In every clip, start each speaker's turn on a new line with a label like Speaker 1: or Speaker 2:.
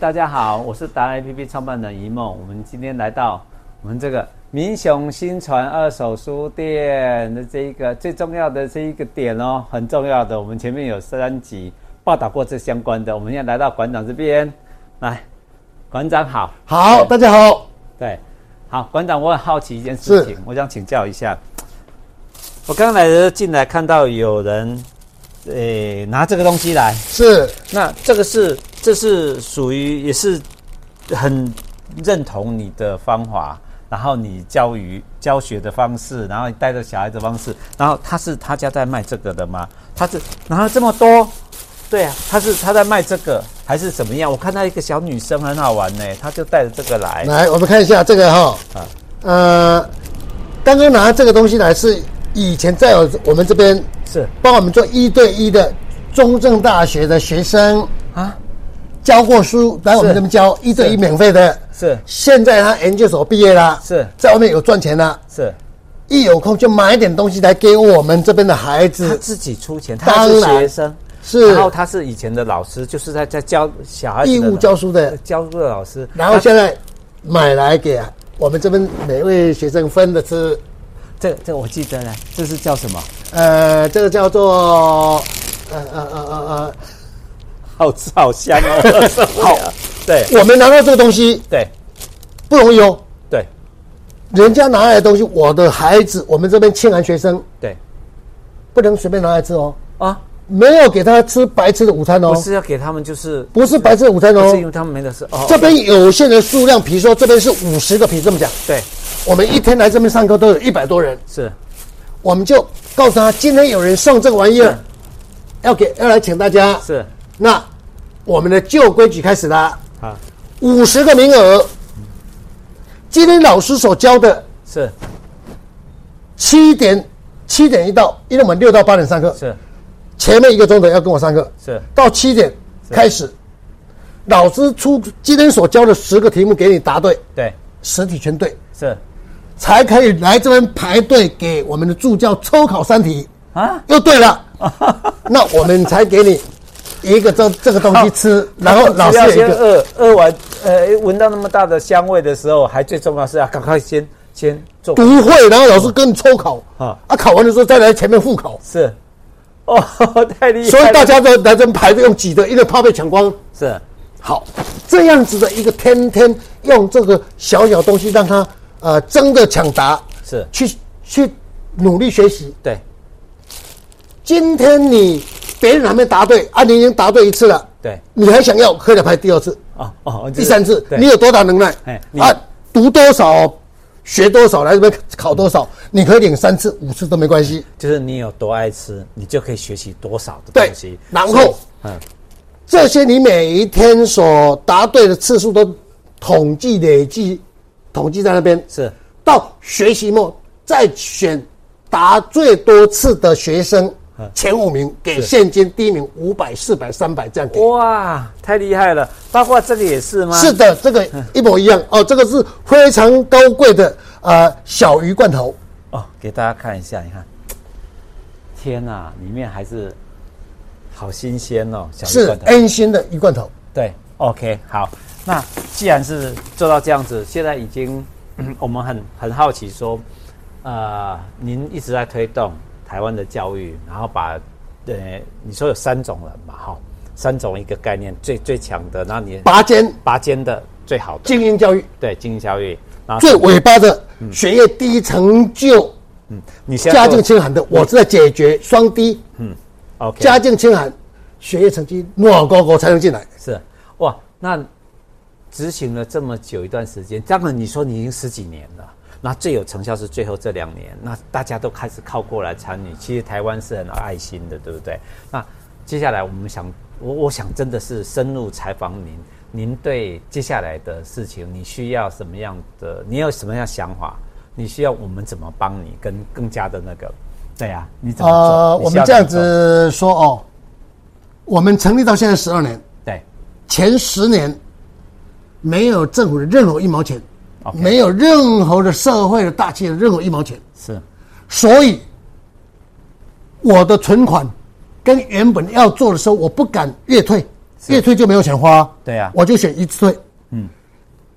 Speaker 1: 大家好，我是达人 APP 创办人一梦。我们今天来到我们这个民雄新传二手书店的这一个最重要的这一个点哦，很重要的。我们前面有三集报道过这相关的，我们现在来到馆长这边，来，馆长好。
Speaker 2: 好，大家好。
Speaker 1: 对，好，馆长，我很好奇一件事情，我想请教一下。我刚来的时候进来看到有人，诶、拿这个东西来，
Speaker 2: 是，
Speaker 1: 那这个是这是属于也是很认同你的方法，然后你教育教学的方式，然后你带着小孩的方式，然后他是他家在卖这个的吗？他是然后这么多，对啊，他是他在卖这个还是怎么样？我看到一个小女生很好玩呢、她就带着这个来，
Speaker 2: 来我们看一下这个哈、
Speaker 1: 啊
Speaker 2: 呃，刚刚拿这个东西来是以前在我我们这边
Speaker 1: 是
Speaker 2: 帮我们做一对一的中正大学的学生
Speaker 1: 啊，
Speaker 2: 教过书，来我们
Speaker 1: 是
Speaker 2: 这边教一对一免费的。
Speaker 1: 是
Speaker 2: 现在他研究所毕业啦，
Speaker 1: 是
Speaker 2: 在外面有赚钱啦，
Speaker 1: 是，
Speaker 2: 一有空就买点东西来给我们这边的孩
Speaker 1: 她
Speaker 2: 子。
Speaker 1: 自己出钱，她是
Speaker 2: 当然
Speaker 1: 学生。
Speaker 2: 是
Speaker 1: 然后她是以前的老师，就是在在教小孩子的
Speaker 2: 义务教书的
Speaker 1: 教书的老师，
Speaker 2: 然后现在买来给啊我们这边每位学生分的吃。
Speaker 1: 这这我记得了，这是叫什 么？
Speaker 2: 呃，这个叫做呃呃呃呃
Speaker 1: 好吃好香 哦！好，对
Speaker 2: 呃，我们拿到这个东西
Speaker 1: 对
Speaker 2: 不容易哦。
Speaker 1: 对
Speaker 2: 人家拿来的东西，我的孩子，我们这边清寒学生
Speaker 1: 对
Speaker 2: 不能随便拿来吃哦，
Speaker 1: 啊！
Speaker 2: 没有给他吃白吃的午餐哦
Speaker 1: 不，是要给他们，就是
Speaker 2: 不是白吃的午餐
Speaker 1: 不是因
Speaker 2: 哦。
Speaker 1: 为他们没得吃哦。
Speaker 2: 这边有限的数量，比如说这边是五十个，比如这么讲，
Speaker 1: 对
Speaker 2: 我们一天来这边上课都有一百多人，
Speaker 1: 是
Speaker 2: 我们就告诉他，今天有人送这个玩意儿，要给要来请大家。
Speaker 1: 是
Speaker 2: 那我们的旧规矩开始啦。
Speaker 1: 啊
Speaker 2: 五十个名额，今天老师所教的
Speaker 1: 是
Speaker 2: 七点七点一到，因为我们六到八点上课，
Speaker 1: 是
Speaker 2: 前面一个钟头要跟我上课，
Speaker 1: 是
Speaker 2: 到七点开始，老师出今天所教的十个题目给你答对，
Speaker 1: 对
Speaker 2: 实体全对，
Speaker 1: 是
Speaker 2: 才可以来这边排队给我们的助教抽考三题，
Speaker 1: 啊
Speaker 2: 又 对了，那我们才给你一个这这个东西吃，然后老师
Speaker 1: 要
Speaker 2: 有一
Speaker 1: 先
Speaker 2: 个。
Speaker 1: 饿饿完，呃，闻到那么大的香味的时候，还最重要是要赶快先先做
Speaker 2: 读会，然后老师跟你抽考
Speaker 1: 啊
Speaker 2: 啊，啊，考完的时候再来前面复考，
Speaker 1: 是哦， 太厉害了！
Speaker 2: 所以大家都来这排队用挤的，因为怕被抢光。
Speaker 1: 是
Speaker 2: 好，这样子的一个天天用这个小小东西让他呃争着抢答，
Speaker 1: 是
Speaker 2: 去去努力学习。
Speaker 1: 对
Speaker 2: 今天你别人还没答对，啊，你已经答对一次了，
Speaker 1: 对
Speaker 2: 你还想要可以来排第二次、
Speaker 1: 哦哦，
Speaker 2: 第三次，
Speaker 1: 对
Speaker 2: 你有多大能耐
Speaker 1: 哎？你
Speaker 2: 啊，读多少，学多少，来这边考多少，你可以领三次、五次都没关系。
Speaker 1: 就是你有多爱吃，你就可以学习多少的
Speaker 2: 对
Speaker 1: 东西。
Speaker 2: 然后
Speaker 1: 所以嗯，
Speaker 2: 这些你每一天所答对的次数都统计累计，统计在那边。
Speaker 1: 是
Speaker 2: 到学习末再选答最多次的学生
Speaker 1: 嗯
Speaker 2: 前五名，给现金第一名五百、四百、三百这样给。
Speaker 1: 哇，太厉害了！包括这个也是吗？
Speaker 2: 是的，这个一模一样
Speaker 1: 嗯
Speaker 2: 哦。这个是非常高贵的呃小鱼罐头，
Speaker 1: 哦，给大家看一下，你看，天哪、里面还是好新鲜哦，小鱼
Speaker 2: 是
Speaker 1: 罐头。
Speaker 2: 安心的鱼罐头。
Speaker 1: 对，OK，好。那既然是做到这样子，现在已经，嗯我们很很好奇说，呃，您一直在推动台湾的教育，然后把，呃，你说有三种人嘛，哈、三种一个概念最最强的，然后你
Speaker 2: 拔尖
Speaker 1: 拔尖的最好的，
Speaker 2: 精英教育
Speaker 1: 对精英教育，然后
Speaker 2: 最尾巴的学业低成就
Speaker 1: 嗯，你现在
Speaker 2: 家
Speaker 1: 做
Speaker 2: 境清寒的，我是在解决双低。
Speaker 1: OK
Speaker 2: 家境清寒，学业成绩落高高才能进来。
Speaker 1: 是哇，那执行了这么久一段时间，当然你说你已经十几年了，那最有成效是最后这两年，那大家都开始靠过来参与，其实台湾是很有爱心的，对不对？那接下来我们想，我我想真的是深入采访您，您对接下来的事情，你需要什么样的，你有什么样想法？你需要我们怎么帮你，跟更加的那个，对呀、你怎么做？
Speaker 2: 呃，
Speaker 1: 你
Speaker 2: 我
Speaker 1: 需要
Speaker 2: 们这样
Speaker 1: 怎么做，
Speaker 2: 子说哦，我们成立到现在十二年，
Speaker 1: 对，
Speaker 2: 前十年没有政府的任何一毛钱
Speaker 1: OK
Speaker 2: 没有任何的社会的大企业的任何一毛钱，
Speaker 1: 是
Speaker 2: 所以我的存款跟原本要做的时候，我不敢越退，月退就没有钱花，
Speaker 1: 对啊
Speaker 2: 我就选一次退，嗯，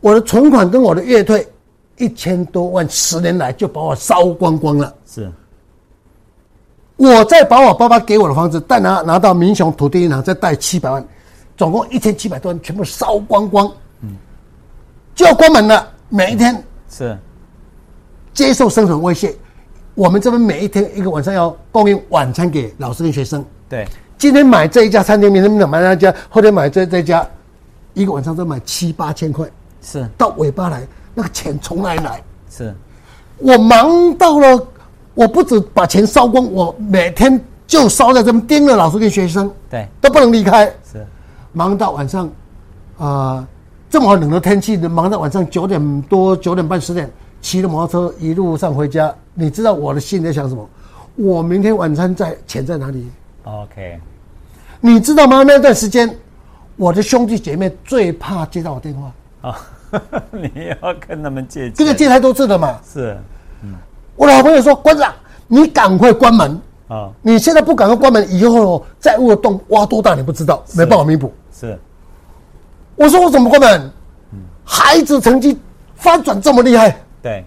Speaker 2: 我的存款跟我的月退一千多万，十年来就把我烧光光了。
Speaker 1: 是
Speaker 2: 我再把我爸爸给我的房子再拿拿到民雄土地银行再贷七百万，总共一千七百多万全部烧光光，嗯，就要关门了。每一天
Speaker 1: 是
Speaker 2: 接受生存威胁，我们这边每一天一个晚上要供应晚餐给老师跟学生。
Speaker 1: 对，
Speaker 2: 今天买这一家餐厅，明天买那家，后天买这这家，一个晚上都买七八千块，
Speaker 1: 是
Speaker 2: 到尾巴来那个钱从哪里来？
Speaker 1: 是
Speaker 2: 我忙到了，我不止把钱烧光，我每天就烧在这么盯着老师跟学生，
Speaker 1: 对
Speaker 2: 都不能离开，
Speaker 1: 是
Speaker 2: 忙到晚上，啊、这么冷的天气，忙到晚上九点多、九点半、十点，骑着摩托车一路上回家。你知道我的心里在想什么？我明天晚餐在钱在哪里？
Speaker 1: OK，
Speaker 2: 你知道吗？那段时间，我的兄弟姐妹最怕接到我电话，
Speaker 1: 好，哦 你要跟他们借
Speaker 2: 这个
Speaker 1: 钱，
Speaker 2: 接太多次了嘛。
Speaker 1: 是
Speaker 2: 我的好朋友说：“馆长，你赶快关门！
Speaker 1: 啊
Speaker 2: 你现在不赶快关门，以后债务的洞挖多大你不知道，没办法弥补。
Speaker 1: 是”
Speaker 2: 我说：“我怎么关门？孩子成绩翻转这么厉害
Speaker 1: 对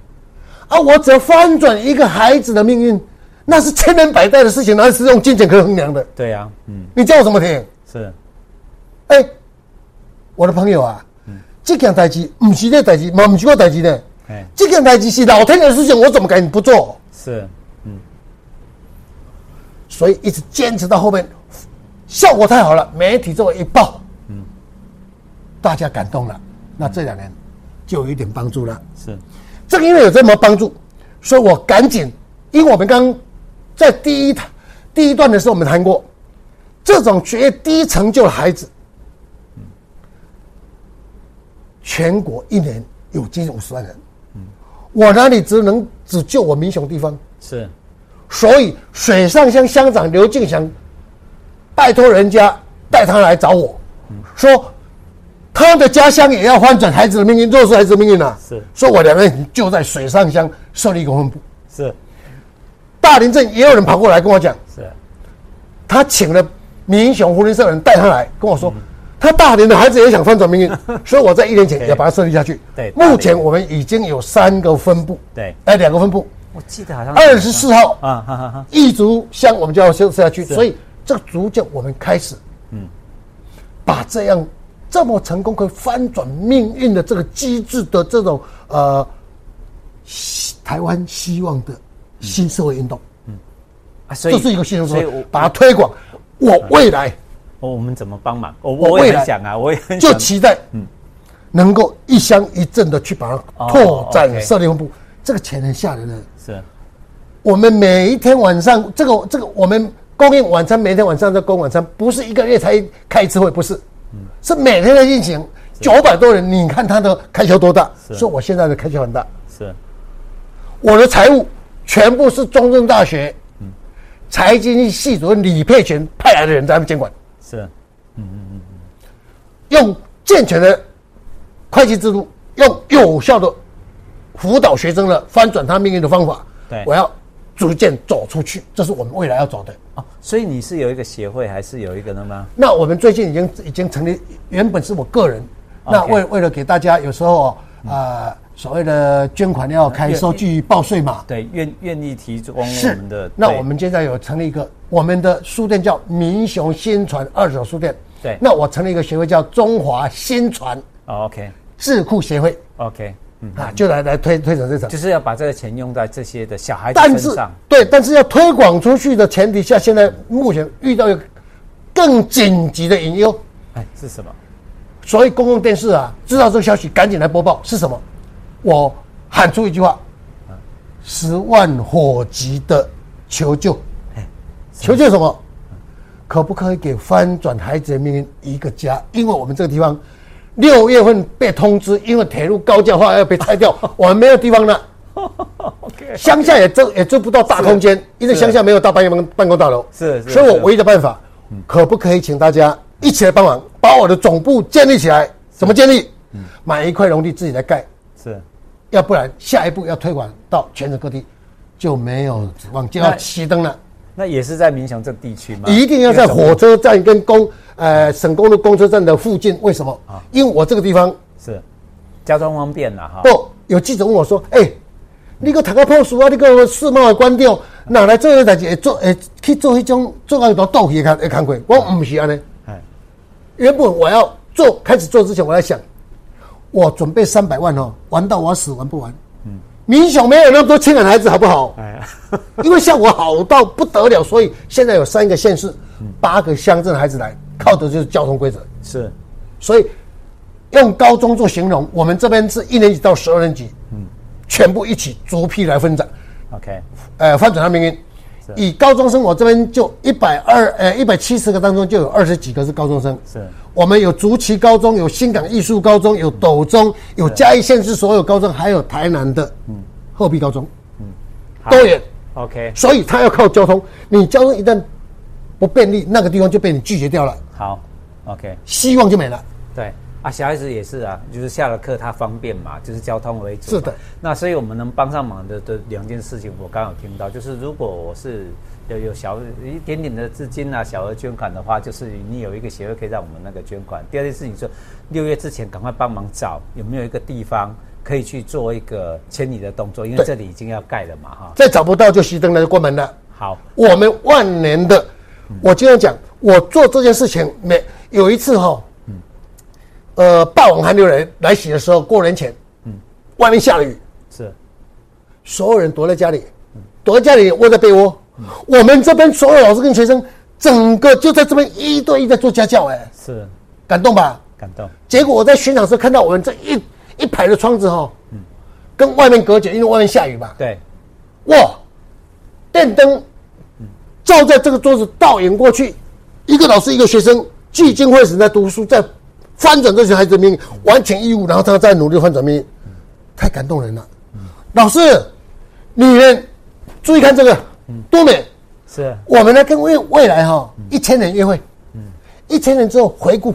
Speaker 2: 啊！我只要翻转一个孩子的命运，那是千人百代的事情，那是用金钱可以衡量的。
Speaker 1: 对啊，嗯
Speaker 2: 你叫我怎么听？
Speaker 1: 是
Speaker 2: 哎、我的朋友啊，这件代志不是这代志，嘛不是我代志呢。
Speaker 1: 哎
Speaker 2: 这件代志是老天爷的事情，我怎么敢不做？
Speaker 1: 是
Speaker 2: 所以一直坚持到后面，效果太好了，媒体这么一报，嗯，大家感动了，那这两年就有一点帮助了。
Speaker 1: 是
Speaker 2: 正因为有这么帮助，所以我赶紧，因为我们刚在第一第一段的时候我们谈过，这种学业低成就的孩子，全国一年有接近五十万人，我哪里只能只救我民雄地方？
Speaker 1: 是
Speaker 2: 所以水上乡乡长刘敬祥拜托人家带他来找我，说他的家乡也要翻转孩子的命运，弱势孩子的命运啊！
Speaker 1: 是
Speaker 2: 所以我两个人就在水上乡设立一个分部。
Speaker 1: 是
Speaker 2: 大林镇也有人跑过来跟我讲，
Speaker 1: 是
Speaker 2: 他请了民雄福林社的人带他来跟我说，他大连的孩子也想翻转命运， 所以我在一年前也把它设立下去。
Speaker 1: 嗯对大
Speaker 2: 目
Speaker 1: 连
Speaker 2: 前我们已经有三个分部，
Speaker 1: 对
Speaker 2: 哎，两个分部，
Speaker 1: 我记得好像
Speaker 2: 二十四号
Speaker 1: 啊，哈哈哈，
Speaker 2: 异族乡我们就要修下去，所以这个逐渐我们开始，嗯，把这样这么成功可以翻转命运的这个机制的这种呃，希台湾希望的新社会运动，
Speaker 1: 啊所以
Speaker 2: 这是一个新社
Speaker 1: 所以
Speaker 2: 会
Speaker 1: 我，哦
Speaker 2: 把它推广。我未来
Speaker 1: 我我们怎么帮忙？我
Speaker 2: 我
Speaker 1: 我也
Speaker 2: 未来
Speaker 1: 很想啊，我也很
Speaker 2: 就
Speaker 1: 想
Speaker 2: 期待，嗯，能够一乡一镇的去把它拓
Speaker 1: 哦
Speaker 2: 展
Speaker 1: ，OK
Speaker 2: 社会部，这个钱很吓人的。
Speaker 1: 是
Speaker 2: 我们每一天晚上，这个这个我们供应晚餐，每天晚上在供晚餐，不是一个月才开一次会，不是，
Speaker 1: 嗯
Speaker 2: 是每天在进行。九百多人，你看他的开销多大？
Speaker 1: 是
Speaker 2: 说我现在的开销很大，
Speaker 1: 是
Speaker 2: 我的财务全部是中正大学
Speaker 1: 嗯
Speaker 2: 财经系主任李佩全派来的人在他们监管，
Speaker 1: 是
Speaker 2: 用健全的会计制度，用有效的辅导学生的翻转他命运的方法
Speaker 1: 对，
Speaker 2: 我要逐渐走出去，这是我们未来要走的。
Speaker 1: 哦，所以你是有一个协会，还是有一个的吗？
Speaker 2: 那我们最近已经已经成立，原本是我个人，那
Speaker 1: OK
Speaker 2: 为为了给大家有时候呃所谓的捐款要开
Speaker 1: 嗯
Speaker 2: 收据报税嘛，
Speaker 1: 对，愿愿意提供我们的，
Speaker 2: 那
Speaker 1: 对
Speaker 2: 我们现在有成立一个我们的书店叫民雄新传二手书店，
Speaker 1: 对
Speaker 2: 那我成立一个协会叫中华新传
Speaker 1: 哦，OK
Speaker 2: 智库协会
Speaker 1: OK，嗯，
Speaker 2: 啊，就来来推推展这场
Speaker 1: 就。是要把这个钱用在这些的小孩子
Speaker 2: 但
Speaker 1: 身
Speaker 2: 是
Speaker 1: 上，
Speaker 2: 对，但是要推广出去的前提下，现在目前遇到一个更紧急的隐忧，
Speaker 1: 哎，是什么？
Speaker 2: 所以公共电视啊，知道这个消息赶紧来播报是什么？我喊出一句话：十万火急的求救，求救什么？可不可以给翻转孩子的命运一个家？因为我们这个地方六月份被通知，因为铁路高架化要被拆掉，我们没有地方了。乡下也做也做不到大空间，因为乡下没有大办公办公大楼。
Speaker 1: 是是
Speaker 2: 所以我
Speaker 1: 是
Speaker 2: 唯一的办法，可不可以请大家一起来帮忙，把我的总部建立起来？怎么建立？
Speaker 1: 嗯
Speaker 2: 买一块农地自己来盖，
Speaker 1: 是
Speaker 2: 要不然下一步要推广到全省各地，就没有指望，就
Speaker 1: 那啊
Speaker 2: 要熄灯了。
Speaker 1: 那也是在民雄这地区吗？
Speaker 2: 一定要在火车站跟公呃省公路公车站的附近。为什么？
Speaker 1: 啊
Speaker 2: 因为我这个地方
Speaker 1: 是交通方便了哈。
Speaker 2: 不哦有记者问我说：“哎、你个读个破书啊，你个世贸的关掉，哪来做迄代志？会做会去做迄种做安多倒去的工的工作？我唔是安尼。
Speaker 1: 哎，
Speaker 2: 原本我要做开始做之前，我在想，我准备三百万哦，玩到我死玩不玩？嗯，民雄没有那么多清寒孩子，好不好？
Speaker 1: 哎，
Speaker 2: 因为效果好到不得了，所以现在有三个县市、八个乡镇的孩子来，靠的就是交通规则。
Speaker 1: 是
Speaker 2: 所以用高中做形容，我们这边是一年级到十二年级，嗯，全部一起逐批来分展，
Speaker 1: OK，
Speaker 2: 呃，翻转他命运。以高中生，我这边就一百二，呃，一百七十个当中就有二十几个是高中生。
Speaker 1: 是
Speaker 2: 我们有竹崎高中，有新港艺术高中，有斗中，有嘉义县市所有高中，还有台南的，嗯，后壁高中，
Speaker 1: 好
Speaker 2: 都有。
Speaker 1: OK，
Speaker 2: 所以他要靠交通，你交通一旦不便利，那个地方就被你拒绝掉了，
Speaker 1: 好，OK，
Speaker 2: 希望就没了。
Speaker 1: 对啊，小孩子也是啊，就是下了课他方便嘛，就是交通为主。
Speaker 2: 是的，
Speaker 1: 那所以我们能帮上忙的的两件事情，我刚刚有听到，就是如果我是有有小一点点的资金啊，小额捐款的话，就是你有一个协会可以让我们那个捐款。第二件事情说，六月之前赶快帮忙找有没有一个地方可以去做一个迁移的动作，因为
Speaker 2: 对
Speaker 1: 这里已经要盖了嘛，哈。
Speaker 2: 再找不到就熄灯了，就关门了。
Speaker 1: 好，
Speaker 2: 我们万年的，我经常讲，我做这件事情每有一次哈、呃，霸王寒流来来袭的时候，过年前，外面下了雨，
Speaker 1: 是
Speaker 2: 所有人躲在家里，躲在家里窝在被窝，我们这边所有老师跟学生，整个就在这边一对一在做家教，哎，
Speaker 1: 是，
Speaker 2: 感动吧？
Speaker 1: 感动，
Speaker 2: 结果我在巡场时候看到我们这一一排的窗子哈、跟外面隔绝，因为外面下雨嘛，
Speaker 1: 对，
Speaker 2: 哇，电灯照在这个桌子倒影过去，一个老师一个学生聚精会神在读书，在翻转这些孩子的命运，完全义务，然后他在努力翻转命运，太感动人了。老师，女人注意看这个，多美！
Speaker 1: 是
Speaker 2: 我们呢跟未未来哈、一千人约会，一千人之后回顾，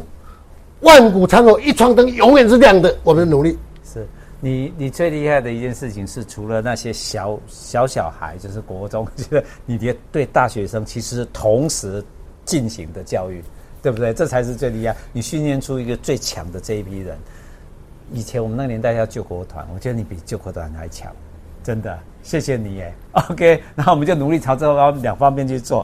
Speaker 2: 万古长河一窗灯永远是亮的，我们的努力。
Speaker 1: 是你你最厉害的一件事情是，除了那些小小小孩，就是国中， 就是你连对大学生其实是同时进行的教育，对不对？这才是最厉害。你训练出一个最强的这一批人。以前我们那个年代叫救国团，我觉得你比救国团还强，真的，谢谢你耶。OK，那我们就努力朝这方两方面去做。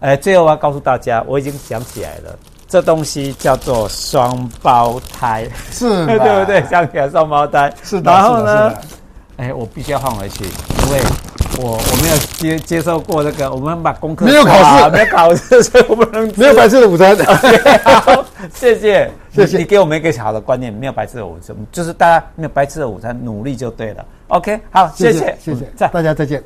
Speaker 1: 哎，最后我要告诉大家，我已经想起来了，这东西叫做双胞胎。
Speaker 2: 是
Speaker 1: 对不对？想起来双胞胎，
Speaker 2: 是的
Speaker 1: 然后
Speaker 2: 是的
Speaker 1: 呢
Speaker 2: 是的？
Speaker 1: 哎，我必须要换回去，因为我我没有接接受过这个，我们把功课
Speaker 2: 没有
Speaker 1: 做
Speaker 2: 考试
Speaker 1: 好没有考试， 所以我不能
Speaker 2: 没有白色的午餐。
Speaker 1: 好， 谢谢，
Speaker 2: 谢谢
Speaker 1: 你你给我们一个好的观念，没有白吃的午餐，就是大家没有白吃的午餐，努力就对了。OK，好，谢
Speaker 2: 谢
Speaker 1: 谢，
Speaker 2: 谢谢
Speaker 1: 嗯，再
Speaker 2: 大家再见。